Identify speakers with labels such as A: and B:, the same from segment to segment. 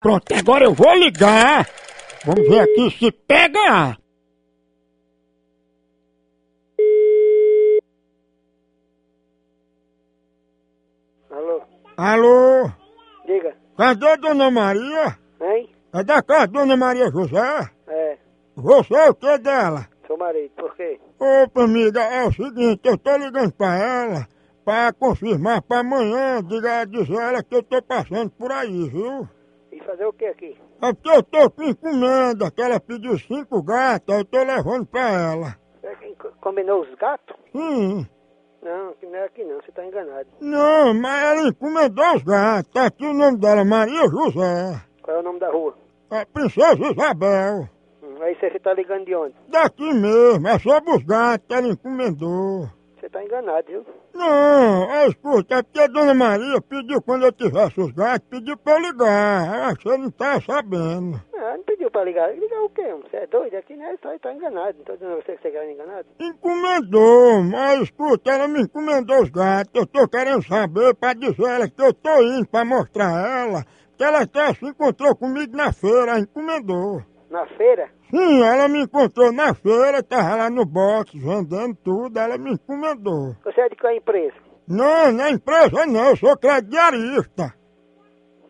A: Pronto, agora eu vou ligar. Vamos ver aqui se pega.
B: Alô,
A: Alô?
B: diga,
A: Cadê Dona Maria?
B: hein?
A: É da casa de Dona Maria José?
B: É,
A: Você é o que dela?
B: seu marido, por quê?
A: Opa, amiga, é o seguinte, eu tô ligando pra ela pra confirmar pra amanhã, diga, diz ela que eu tô passando por aí, viu?
B: E fazer o que aqui?
A: É porque eu tô com encomenda, que ela pediu cinco gatos, eu tô levando pra ela.
B: Será que É co- combinou os gatos?
A: Sim.
B: Não, que não é aqui não, você tá enganado.
A: Não, mas ela encomendou os gatos. Tá aqui o nome dela, Maria José.
B: Qual é o nome da rua?
A: A princesa Isabel.
B: Hum, aí você tá ligando de onde?
A: Daqui mesmo, é sobre os gatos que ela encomendou.
B: Você tá enganado, viu?
A: Não, é, escuta, é porque a dona Maria pediu quando eu tivesse os gatos, pediu pra eu ligar. Eu acho que eu não tá sabendo.
B: Ah, não pediu pra ligar. Ligar o quê? homem? Você é doido? Aqui não é, tá, tá enganado. Não tô dizendo a você que você é enganado.
A: Encomendou, mas escuta, ela me encomendou os gatos. Eu tô querendo saber pra dizer a ela que eu tô indo pra mostrar a ela. Que ela até se encontrou comigo na feira, encomendou.
B: Na feira?
A: Sim, ela me encontrou na feira, tava lá no box vendendo tudo, ela me encomendou.
B: Você é de qual empresa?
A: Não, não é empresa não, eu sou crediarista.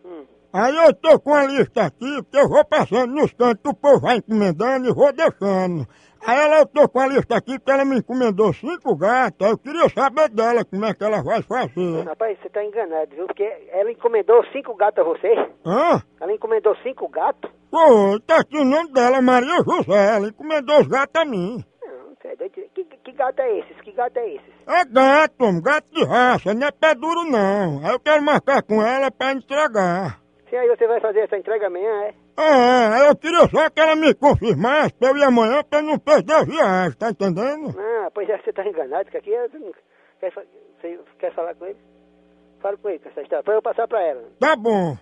B: Hum.
A: Aí eu tô com a lista aqui, porque eu vou passando nos cantos, o povo vai encomendando e vou deixando. Aí ela, eu tô com a lista aqui, porque ela me encomendou cinco gatos, aí eu queria saber dela como é que ela vai fazer.
B: Rapaz, você tá enganado, viu? Porque ela encomendou cinco gatos a você.
A: Hã?
B: Ela encomendou cinco gatos?
A: Pô, tá aqui o nome dela, Maria José, ela encomendou os gatos a mim.
B: Não, você é doido. Que, que gato é esses? Que gato é esses?
A: É gato, homem, gato de raça, não é pé duro não. Aí eu quero marcar com ela pra entregar.
B: Sim, aí você vai fazer essa entrega amanhã, é?
A: Ah, eu queria só que ela me confirmasse pra eu ir amanhã pra eu não perder a viagem, tá entendendo?
B: Ah, pois é, você tá enganado, que aqui é- você não- quer, fa- você quer falar com ele? Fala com ele com essa história, pra eu passar pra ela.
A: Tá bom.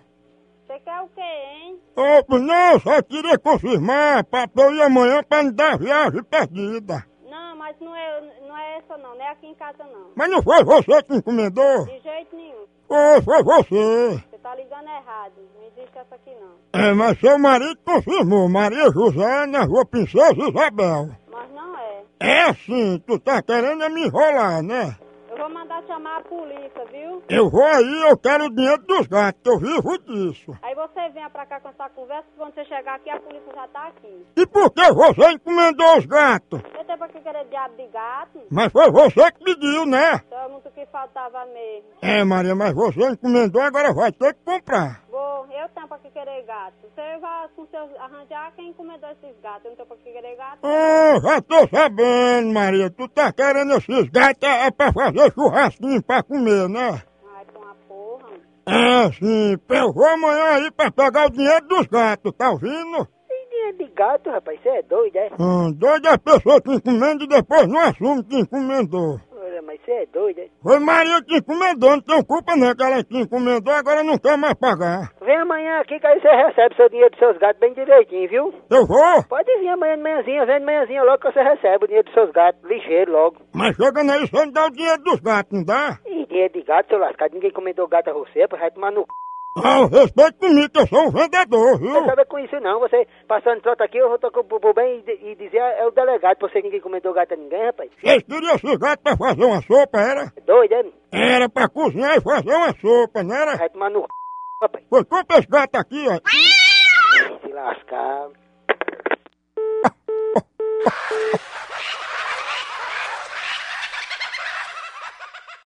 C: Você quer o quê, hein?
A: Opa, não, só queria confirmar pra pra eu ir amanhã pra não dar viagem perdida.
C: Não, mas não é, não é essa não, não é aqui em casa não.
A: Mas não foi você que encomendou?
C: De jeito nenhum.
A: Ou foi você?
C: Você tá ligando errado. Não existe essa aqui não.
A: É, mas seu marido confirmou, Maria José na rua Princesa Isabel.
C: Mas não é.
A: É sim, tu tá querendo é me enrolar, né?
C: Eu vou mandar chamar a polícia, viu?
A: Eu vou aí, eu quero o dinheiro dos gatos, eu vivo disso.
C: Aí você venha pra cá com essa conversa, quando você chegar aqui, a polícia já tá aqui.
A: E por que você encomendou os gatos?
C: Você tem pra que querer diabo de gato?
A: Mas foi você que pediu, né?
C: Então, muito que faltava mesmo.
A: É, Maria, mas você encomendou, agora vai ter que comprar.
C: Vou, eu tenho pra que querer gato. Você vai com seus arranjar quem encomendou esses gatos. Eu não tenho pra que querer gato.
A: Ah, já tô sabendo, Maria, tu tá querendo esses gatos é pra fazer churrasquinho pra comer, né?
C: Ai, com a porra. mano.
A: É, sim, eu vou amanhã aí pra pegar o dinheiro dos gatos, tá ouvindo?
B: Tem dinheiro de gato, rapaz, você é doido, é?
A: Hum, doida a pessoa que encomenda e depois não assume que encomendou.
B: Olha, mas você é doido, é?
A: Foi Maria que encomendou, não tem culpa não, que ela te encomendou, agora não quer mais pagar.
B: Vem amanhã aqui que aí você recebe seu dinheiro dos seus gatos bem direitinho, viu?
A: Eu vou,
B: Pode vir amanhã de manhãzinha, vem de manhãzinha logo que você recebe o dinheiro dos seus gatos, ligeiro logo.
A: mas chegando aí você me dá o dinheiro dos gatos, não dá?
B: E dinheiro de gato, seu lascado, ninguém encomendou gato a você, rapaz, vai tomar no c...
A: Ah, respeito comigo, que eu sou um vendedor,
B: Você
A: viu?
B: sabe com isso não, você passando trota aqui, eu vou tocar pro pro bem e, d- e dizer, é o delegado, você que ninguém encomendou gato a ninguém, rapaz.
A: Vocês queriam esses gatos pra fazer uma sopa, era?
B: É doido, é?
A: Era pra cozinhar e fazer uma sopa, não era?
B: Vai tomar no c... rapaz.
A: Foi culpa esse gato aqui, ó.
B: Se lascar.